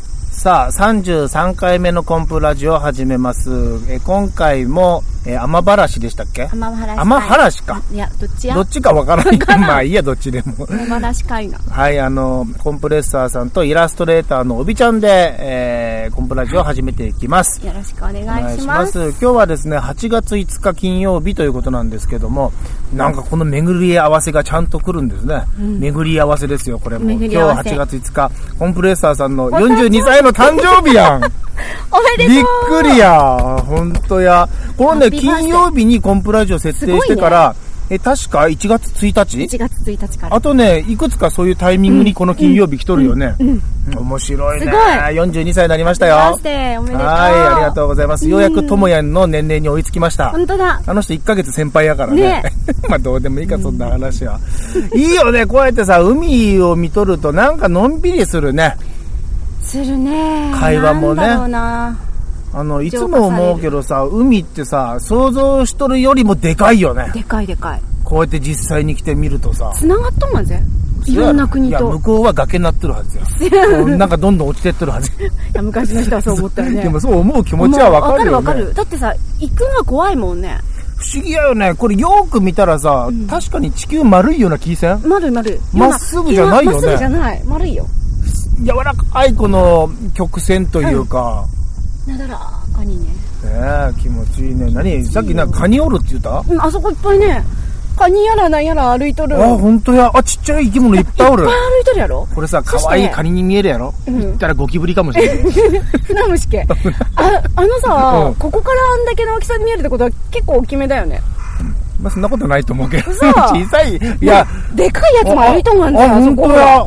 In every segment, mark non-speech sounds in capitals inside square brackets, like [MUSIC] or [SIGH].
さあ、33回目のコンプラジオを始めます。えー今回も、えー、天原市でしたっけ天原市天原市か。いやどっちやどっちかわからない。まあいいや、どっちでも。天原市海岸はい、あの、コンプレッサーさんとイラストレーターのおびちゃんで、えー、コンプラジオを始めていきます。よろしくお願いします今日はですね、8月5日金曜日ということなんですけども、なんかこの巡り合わせがちゃんと来るんですね。巡り合わせですよ、これも。今巡日り合わせ8月5日、コンプレッサーさんの42歳の誕生日やんおめびでっとくうりや本当や。このハね、ッピーバース金デー曜日にコンプラジオ設定してから、え、確か1月1日1月1日からあとね、いくつかそういうタイミングにこの金曜日来とるよね。面白いね。すごい42歳になりましたよ。バースデーおめでとうはい、ありがとうございます。ようやくうんともやんの年齢に追いつきました。本当だあの人1ヶ月先輩やからねね。 [LAUGHS] まあどうでもいいか、そんな話は。いいよね、こうやってさ、海を見とるとなんかのんびりするね。するね会話もねなんだろうなあの、いつも思うけどさ、海ってさ、想像しとるよりもでかいよね。でかいでかいこうやって実際に来てみるとさ。つながっとんまんぜいろんな国いや、と向こうは崖になってるはず [LAUGHS] や。なんかどんどん落ちてってるはずいや昔の人はそう思ったよ [LAUGHS] ねでもそう思う気持ちはわかるよね。もうわかるわかるだってさ行くのは怖いもんね不思議やよね。これよく見たらさ、確かに地球丸いような気せん丸い丸いまっすぐじゃないよねまっすぐじゃない丸いよ柔らかいこの曲線というか、なだらかにねねえ気持ちいいね。何さっきなんかカニおるって言った、うんあそこいっぱいねカニやらなんやら歩いとるあ、ほんとや。あ、ちっちゃい生き物いっぱいおい [LAUGHS] るっぱ。い歩いとるやろこれさ、そして可愛いカニに見えるやろ、ん言ったらゴキブリかもしれない。 [LAUGHS] 船虫系ああのさ、うんここからあんだけの大きさに見えるってことは結構大きめだよねまあそんなことないと思うけど。嘘小さい。いや、でかいやつも歩いとんがんじあ、ゃんほそんとこや。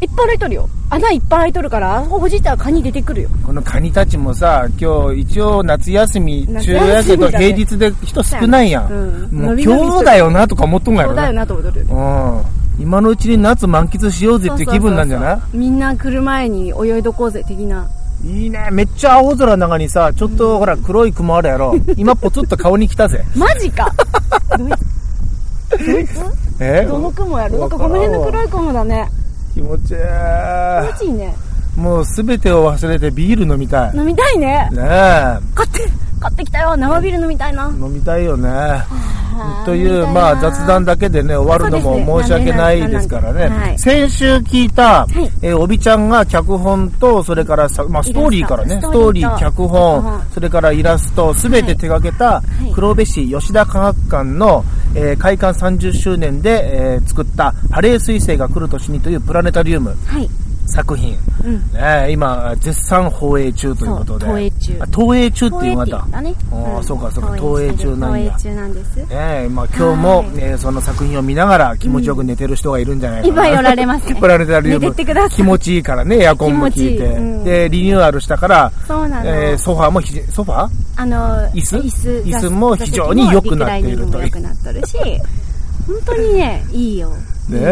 いっぱい歩いとるよ穴いっぱい開いとるからあそこほじったらカニ出てくるよこのカニたちもさ、今日一応夏休み夏中休みだねやけど、平日で人少ないやん。うんも伸うび伸び今日だよなとか思っとんがやろそうだよな。なと踊るうん。今のうちに夏満喫しようぜって気分なんじゃないみんな来る前に泳いどこうぜ的ないいね。めっちゃ青空の中にさ、ちょっとほら黒い雲あるやろ。今ポツッと顔に来た [LAUGHS] ぜ。マジかどいどいつえどの雲やるなわんかからんこの辺の黒い雲だね気持ちい気持い。ちいいねもうすべてを忘れてビール飲みたい。ね飲みたいねえ。買って買ってきたよ生ビール飲みたいな飲みたいよね。あーと飲いう、みたいなまあ雑談だけでね、終わるのも申し訳ないですからそうですねなんでなんでなんね。で先週聞いたい、えー、おびちゃんが脚本と、それからさ、まあストーリーからね、イラストストーリー、ストーリーと脚脚本本、それからイラスト、すべて手掛けたいはい、黒部市吉田科学館の、えー開館30周年で、えー作った、ハレー彗星が来る年にというプラネタリウムはい作品。うんねえ今、絶賛放映中ということで。そう投影中あ投影中って投言影わっれて言たうん。だねあーそうかそうかしてる投影中なんや投影中なんですねえ、まあ今日もは、いえーその作品を見ながら気持ちよく寝てる人がいるんじゃないかな。いっぱいおられま [LAUGHS] すねプラネタリウム寝てってください気持ちいいからね、エアコンも効いて。気持ちいいうんで、リニューアルしたから、そうなの、えーソファーもひじ、ソファーあの椅子椅子椅子座も非常に良くなっているというリクライニングも良くなってるし本当にねいいよねう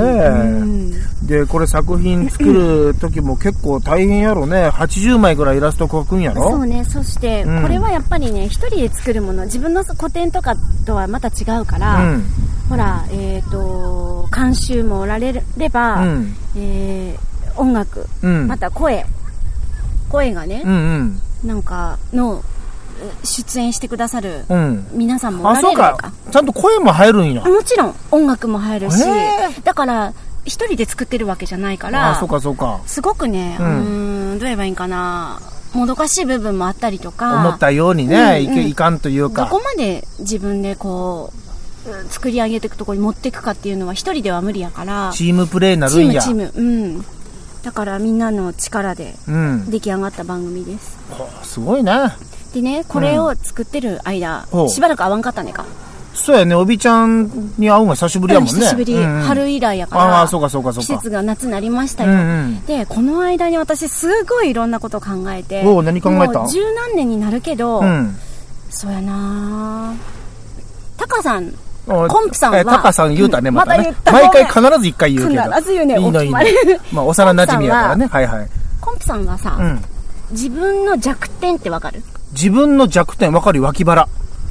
んえ。で、これ作品作る時も結構大変やろね。80枚ぐらいイラスト描くんやろそうねそして、うんこれはやっぱりね一人で作るもの自分の個展とかとはまた違うから、うんほらえっ、と監修もおられれば、うんえー音楽、うんまた声声がねう、んなんかのえ出演してくださるうん。うん。皆さんもおあ、られそるうのか。ちゃんと声も入るんやあ。もちろん音楽も入るし、へーだから一人で作ってるわけじゃないからあ、そうかそうか。すごくね、ううんーん、どう言えばいいんかなもどかしい部分もあったりとか思ったようにね、うんいけいかんというどか。こまで自分でこううん作り上げていくところに持っていくかっていうのは一人では無理やからチームプレイになるチーんムや。チームうんだからみんなの力でうん。出来上がった番組ですこすごいね。でねこれを作ってる間、ほうしばらく会わんかったねか、そうやね、おびちゃんに会うのが久しぶりやもんね。久しぶり、うんうん春以来やからああ、そうかそうかそう季か。節が夏になりましたうよ、んうん。でこの間に私すごいいろんなことを考えておう何考えたもう十何年になるけど、うん。そうやなタカさんおコンプさんはえタカさん言うたね、うんまたね。また言った毎回必ず一回言うけど。必ず言うねいいのいいのお決まり。まあ、幼馴染やからね。はいはい。コンプさんはさ、うん。自分の弱点ってわかる自分の弱点、わかるよ脇腹。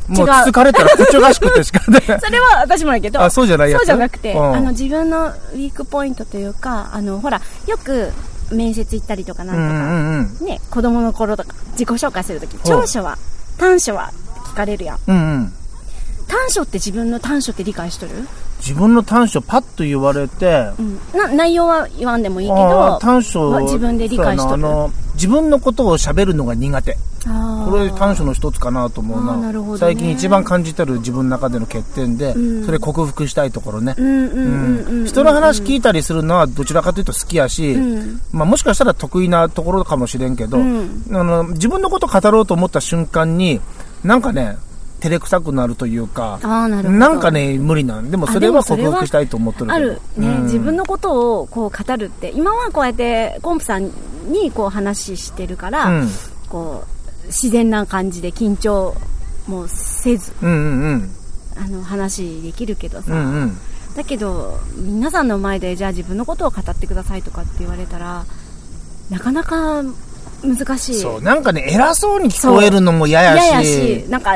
もう、違うつつかれたら、こちょがしくてしかない。 [LAUGHS] それは私もやけどあそうじゃないやつそうじゃなくて、うんあの自分のウィークポイントというかあのほらよく面接行ったりとかうんうなんとんうんか、ね、子供の頃とか自己紹介するとき、長所は、短所は聞かれるやん。うんうん短所って自分の短所って理解しとる自分の短所パッと言われて、うん。な、内容は言わんでもいいけあー、ど短所は自分で理解しそうとやる。なあの自分のことを喋るのが苦手あーこれ短所の一つかなと思うなあーなるほどね最近一番感じてる自分の中での欠点で、うんそれ克服したいところね、うんうんうんうんうん。人の話聞いたりするのはどちらかというと好きやし、うんまあ、もしかしたら得意なところかもしれんけど、うんあの自分のことを語ろうと思った瞬間になんかね照れくさくなるというかああ、なるほど。なんかね無理なんでもそれは克服したいと思ってるけどあるね、うん自分のことをこう語るって今はこうやってコンプさんにこう話してるから、うんこう自然な感じで緊張もせずうんうんうんあの話できるけどさ、うんうんだけど皆さんの前でじゃあ自分のことを語ってくださいとかって言われたらなかなか難しいそうなんかね偉そうに聞こえるのも嫌やし嫌やしなんか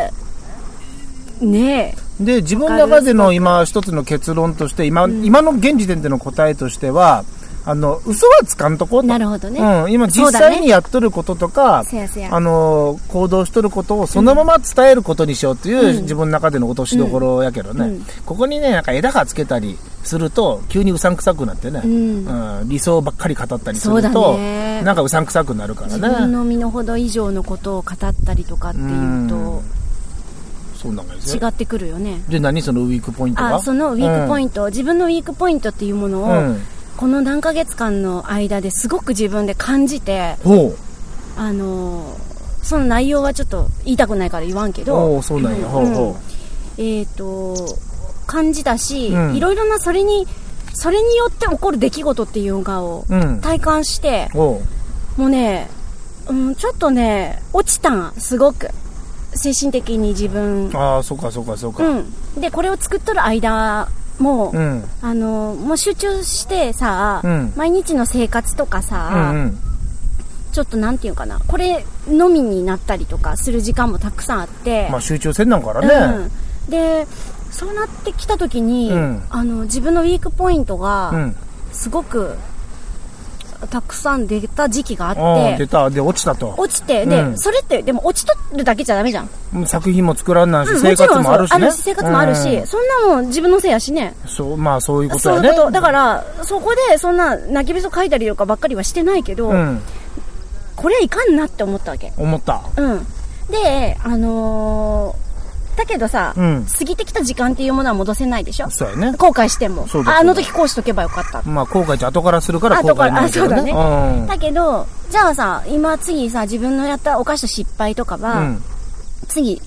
ねで自分の中での今一つの結論として今,、今の現時点での答えとしてはあの嘘はつかんとこえとなるほどね、うん、今そう実だね際にやっとることとか、せやせやあの行動しとることをそのまま伝えることにしようっていう、うん自分の中での落としどころやけどね、うんここにねなんか枝葉つけたりすると急にうさんくさくなってね、うんうん理想ばっかり語ったりするそうと、だねなんかうさんくさくなるから自分ねの身の程以上のことを語ったりとかっていうとそうなんです違よってくるよねで何そのウィークポイントがあそのウィークポインント、自分のウィークポイントっていうものを、うんこの何ヶ月間の間ですごく自分で感じてほうあのーその内容はちょっと言いたくないから言わんけおどうそうなんや、んほうほえっ、と感じたし、うんいろいろなそれにそれによって起こる出来事っていうのがをううん体感して、おうもうね、うん、ちょっとね落ちたんすごく精神的に自分ああそうかそうかそうかうん、でこれを作っとる間も、うんあのもう集中してさ、うん毎日の生活とかうさ、んうんちょっとなんていうかなこれのみになったりとかする時間もたくさんあって、まあ集中せんなんからねうん、でそうなってきた時に、うんあの自分のウィークポイントうがんすごくたくさん出た時期があああって、出たで落ちたと落ちてで、うんそれってでも落ちとるだけじゃダメじゃん、うん作品も作らんなんし、うん、生もち活ろんそもうあるしね生活もあるし、うんそんなもん自分のせいやしねそうまあそういうことそうやいうねこと。だから、そこでそんな泣きべそ書いたりとかばっかりはしてないけど、うんこれはいかんなって思ったわけ。思ったうん。で、あのーだけどさ、うん過ぎてきた時間っていうものは戻せないでしょそうやね後悔してもそうだそう。だああの時こうしとけばよかった。まあ後悔って後からするから後悔になるけどね後からだけど、じゃあさ、今次さ、自分のやったお菓子と失敗とかうは、ん次、起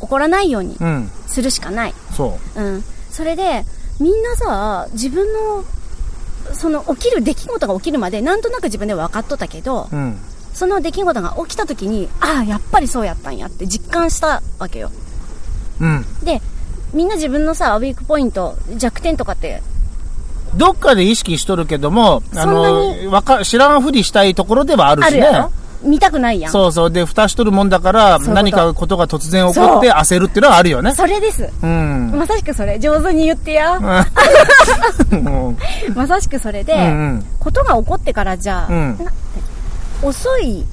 こらないようにうんうんするしかない。そうん。それで、みんなさ、自分の、その起きる出来事が起きるまでなんとなく自分で分かっとったけどううんその出来事が起きた時にああやっぱりそうやったんやって実感したわけようんでみんな自分のさウィークポイント弱点とかってどっかで意識しとるけどもあそんなのわか知らんふりしたいところではあるあしるねやろ見たくないやんそそうそう。で、蓋しとるもんだから、そういうこと何かことが突然起こって焦るっていうのはあるよね。れですうん。まさしくそれ上手に言ってやうんまさしくそれで、うんことが起こってからじゃあ、うんな遅い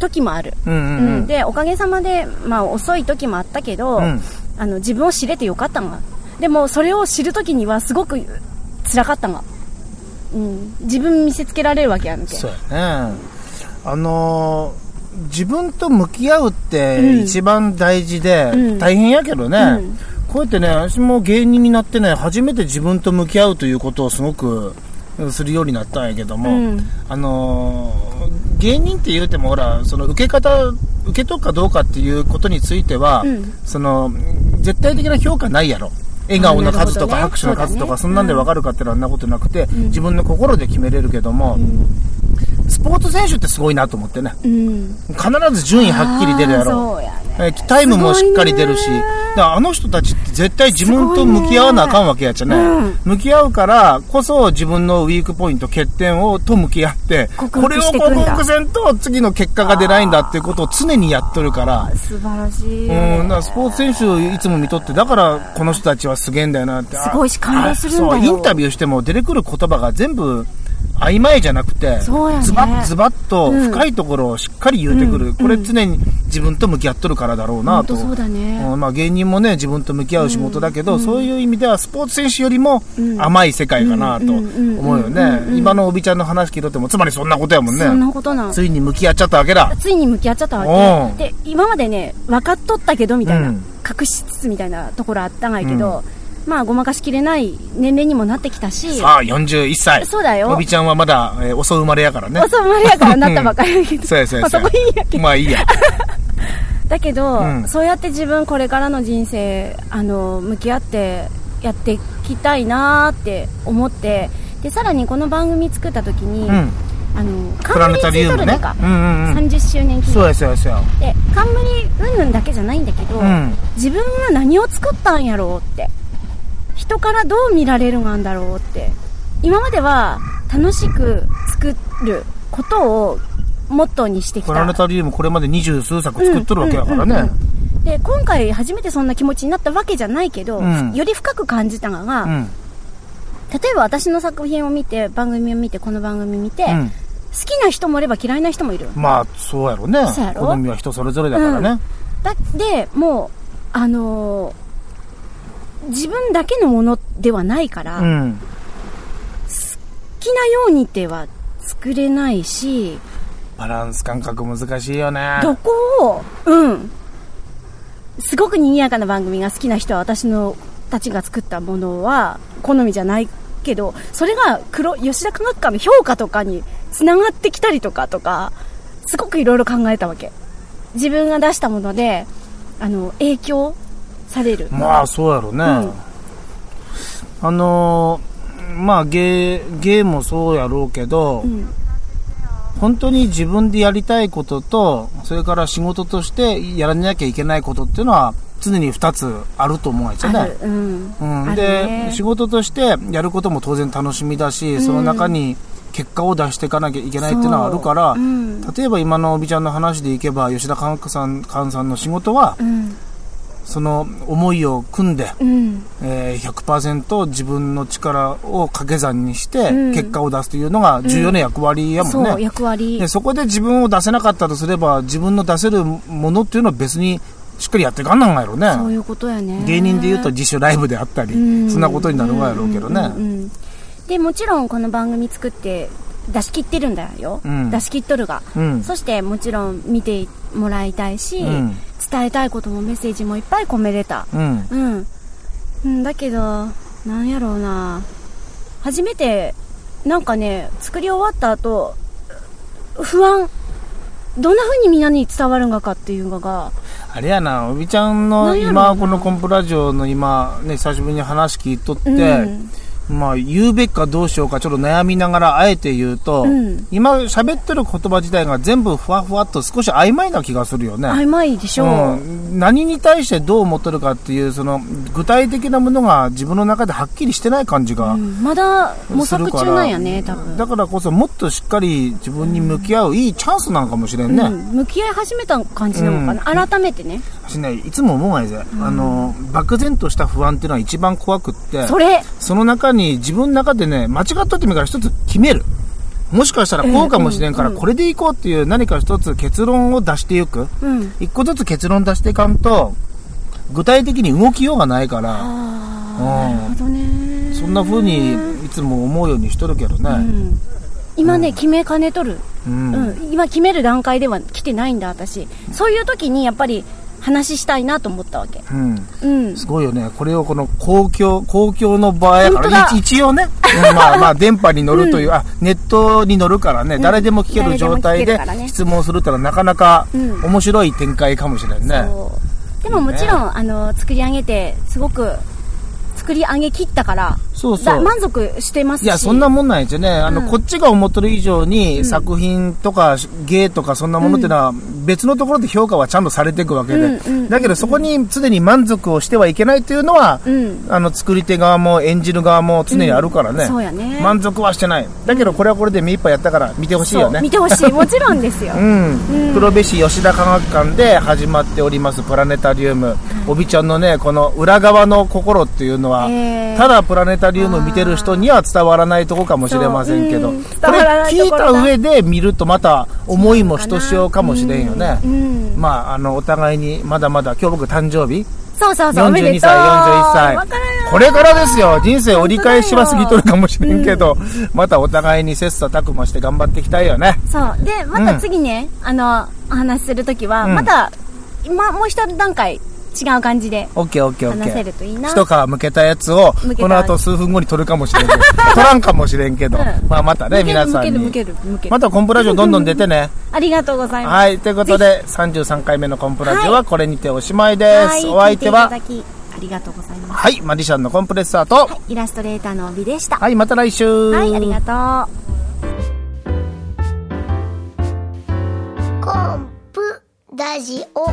時もあるうんうんうん、でおかげさまで、まあ、遅い時もあったけど、うんあの自分を知れてよかったがでもそれを知る時にはすごく辛かったが、うん、自分見せつけられるわけやんけそうやね。あのー自分と向き合うってうん一番大事で、うん大変やけどね、うんこうやってね、私も芸人になってね、初めて自分と向き合うということをすごくうんするようになったんやけども、うんあのー芸人って言うてもほら、その受け方、受け取るかどうかっていうことについては、うんその、絶対的な評価ないやろ。笑顔の数とかあなるほ拍どね手の数とか、そそうだねんなんでわかるかってのはあんなことなくて、ん自分の心で決めれるけども、スポーツ選手ってすごいなと思ってね。うん、必ず順位はっきり出るやろ。あーそうやねえータイムもしっかり出るし、すごいねだからあの人たちって絶対自分と向き合わなあかんわけやっちゃね。すごいね向き合うからこそ自分のウィークポイント、欠点をと向き合って、克これ服をしていくん克だ服せんと次の結果が出ないんだっていうことを常にやっとるから、素晴らしい、うん、だからスポーツ選手をいつも見とって、だからこの人たちはすげえんだよなって。すごいし感動するんだよあそう、インタビューしても出てくる言葉が全部、曖昧じゃなくて、そうやねズバッズバッとうん深いところをしっかり言うてくる、うんこれ常に自分と向き合っとるからだろうな本と当そうだね、うんまあ、芸人もね自分と向き合う仕事だけど、そういう意味ではスポーツ選手よりもうん甘い世界かなとうんうんうん思うようんうんうねん今のおびちゃんの話聞いとってもつまりそんなことやもんそんねなことなんついに向き合っちゃったわけだついに向き合っちゃったうわんけで今までね分かっとったけどみたいな、うん隠しつつみたいなところあったんやけど、まあごまかしきれない年齢にもなってきたしさあ41歳そうだよおびちゃんはまだ、えー遅生まれやからねあそう生まれやからなったばっかりやけど [LAUGHS] そうやそうやまあそそうこいいやけどまあいいやだけど、うんそうやって自分これからの人生あの向き合ってやっていきたいなーって思ってでさらにこの番組作った時に、うんあのプラネタリ [LAUGHS] ウムね冠ついとるうんうんうんのか30周年記そう念やそうやそうやで冠うんぬんだけじゃないんだけど、うん自分は何を作ったんやろうって人からどう見られるがんだろうって今までは楽しく作ることをモットーにしてきプたラネタリウムこれまで二十数作作っとるわけやからうんうんねうんで今回初めてそんな気持ちになったわけじゃないけど、うんより深く感じたのが、うん例えば私の作品を見て番組を見てこの番組見て、う好んきな人もいれば嫌いな人もいるまあそうやろねそうやろ好みは人それぞれだからねだってもうあのー自分だけのものではないから、好うんきなようにでは作れないしバランス感覚難しいよねどこをうんすごく賑やかな番組が好きな人は私のたちが作ったものは好みじゃないけどそれが黒吉田科学館の評価とかにつながってきたりとかとかすごくいろいろ考えたわけ自分が出したものであの影響されるまあそうやろね、あのーまあ芸芸もそうやろうけど、うん本当に自分でやりたいこととそれから仕事としてやらなきゃいけないことっていうのは常に2つあると思うんですよあねる、うんうん、あるでね仕事としてやることも当然楽しみだし、その中に結果を出していかなきゃいけないっていうのはあるから、そううん例えば今のおびちゃんの話でいけば吉田寛さん寛さんの仕事はうんその思いを組んでうんえー100%自分の力を掛け算にしてうん結果を出すというのが重要な役割やもんね、そう役割でそこで自分を出せなかったとすれば自分の出せるものっていうのは別にしっかりやっていかんなんがやろねそういうことやね芸人でいうと自主ライブであったり、うんそんなことになるがやろうけどね、うんうんうんうんでもちろんこの番組作って出し切ってるんだよ、うん出し切っとるが、うんそしてもちろん見てもらいたいし、うん伝えたいこともメッセージもいっぱい込めれたうんうん、うん、だけどなんやろうな初めてなんかね作り終わった後不安どんな風にみんなに伝わるんがかっていうのがあれやなおびちゃんなのんやろうな今このコンプラジオの今ね久しぶりに話聞いとって、うんまあ、言うべきかどうしようかちょっと悩みながらあえて言うと、うん今喋ってる言葉自体が全部ふわふわっと少し曖昧な気がするよね。曖昧でしょ、うん、何に対してどう思ってるかっていうその具体的なものが自分の中ではっきりしてない感じがうんまだ模する索から、中なんやね多分だからこそもっとしっかり自分に向き合ういいチャンスなんかもしれんね、うん、向き合い始めた感じなのかな、改めてね、しねいつも思うがいぜ、あの漠然とした不安っていうのは一番怖くってそれその中に自分の中でね、間違ったってもいいから一つ決める。もしかしたらこうかもしれんから、うんうんこれでいこうっていう何か一つ結論を出していく。うん一個ずつ結論出していかんと、具体的に動きようがないから、ああなるほどねそんな風にいつも思うようにしとるけどうね。ん今ね、決めかねとる、うん。うん今決める段階では来てないんだ私そういう時にやっぱり話したいなと思ったわけうんうんすごいよね。これをこの公共、公共の場合やか本当だら、い一応ね、うんまあまあ電波に乗るという、あ、ネットに乗るからね、誰でも聞ける状態誰でも聞けるでからね質問するってのはなかなかうん面白い展開かもしれんね。そうでももちろん、あの作り上げてすごく作り上げきったからそうそうだ満足してますしいや、そんなもんなんやちね。あの、うんこっちが思ってる以上に、作品とか芸とかそんなものってのは、別のところで評価はちゃんとされていくわけうんでうんうん。だけど、そこに常に満足をしてはいけないというのは、うんあの、作り手側も演じる側も常にあるからね。うんそうやね満足はしてない。だけど、これはこれで目いっぱいやったから、見てほしいよそうね見。てほしいもちろんですようん、黒部市吉田科学館で始まっておりますプラネタリウム、おびちゃんのねこの裏側の心っていうのは、えーただプラネタタリウム見てる人には伝わらないとこかもしれませんけど、そううんこ伝われらないと聞いころただ上で見るとまた思いもひとしおかもしれんよね。うんうんまあ、あの、お互いにまだまだ、今日僕誕生日そうそうそう、おめでと ?42 歳、う。41わからん歳。これからですよ人生折り返しは過ぎとるかもしれんけど、またお互いに切磋琢磨して頑張っていきたいよね。そう。で、また次ね、あの、お話しするときは、うんまた、今、もう一段階違う感じでオッケーオッケーオッケ話せー。るといいな。一皮むけたやつをむけ、たこの後数分後に取るかもしれん [LAUGHS] けど、取らんかもしれんけど、うんまあまたね、向ける皆さん向けに。る、向ける、向ける。またコンプラジオどんどん出てね。ありがとうございます。はい、ということで、33回目のコンプラジオはこれにておしまいです。はいお相手聞は、いていただき、ありがとうございます。はい、マジシャンのコンプレッサーと、はい、イラストレーターの美でした。また来週。はい、ありがとう。コンプラジオ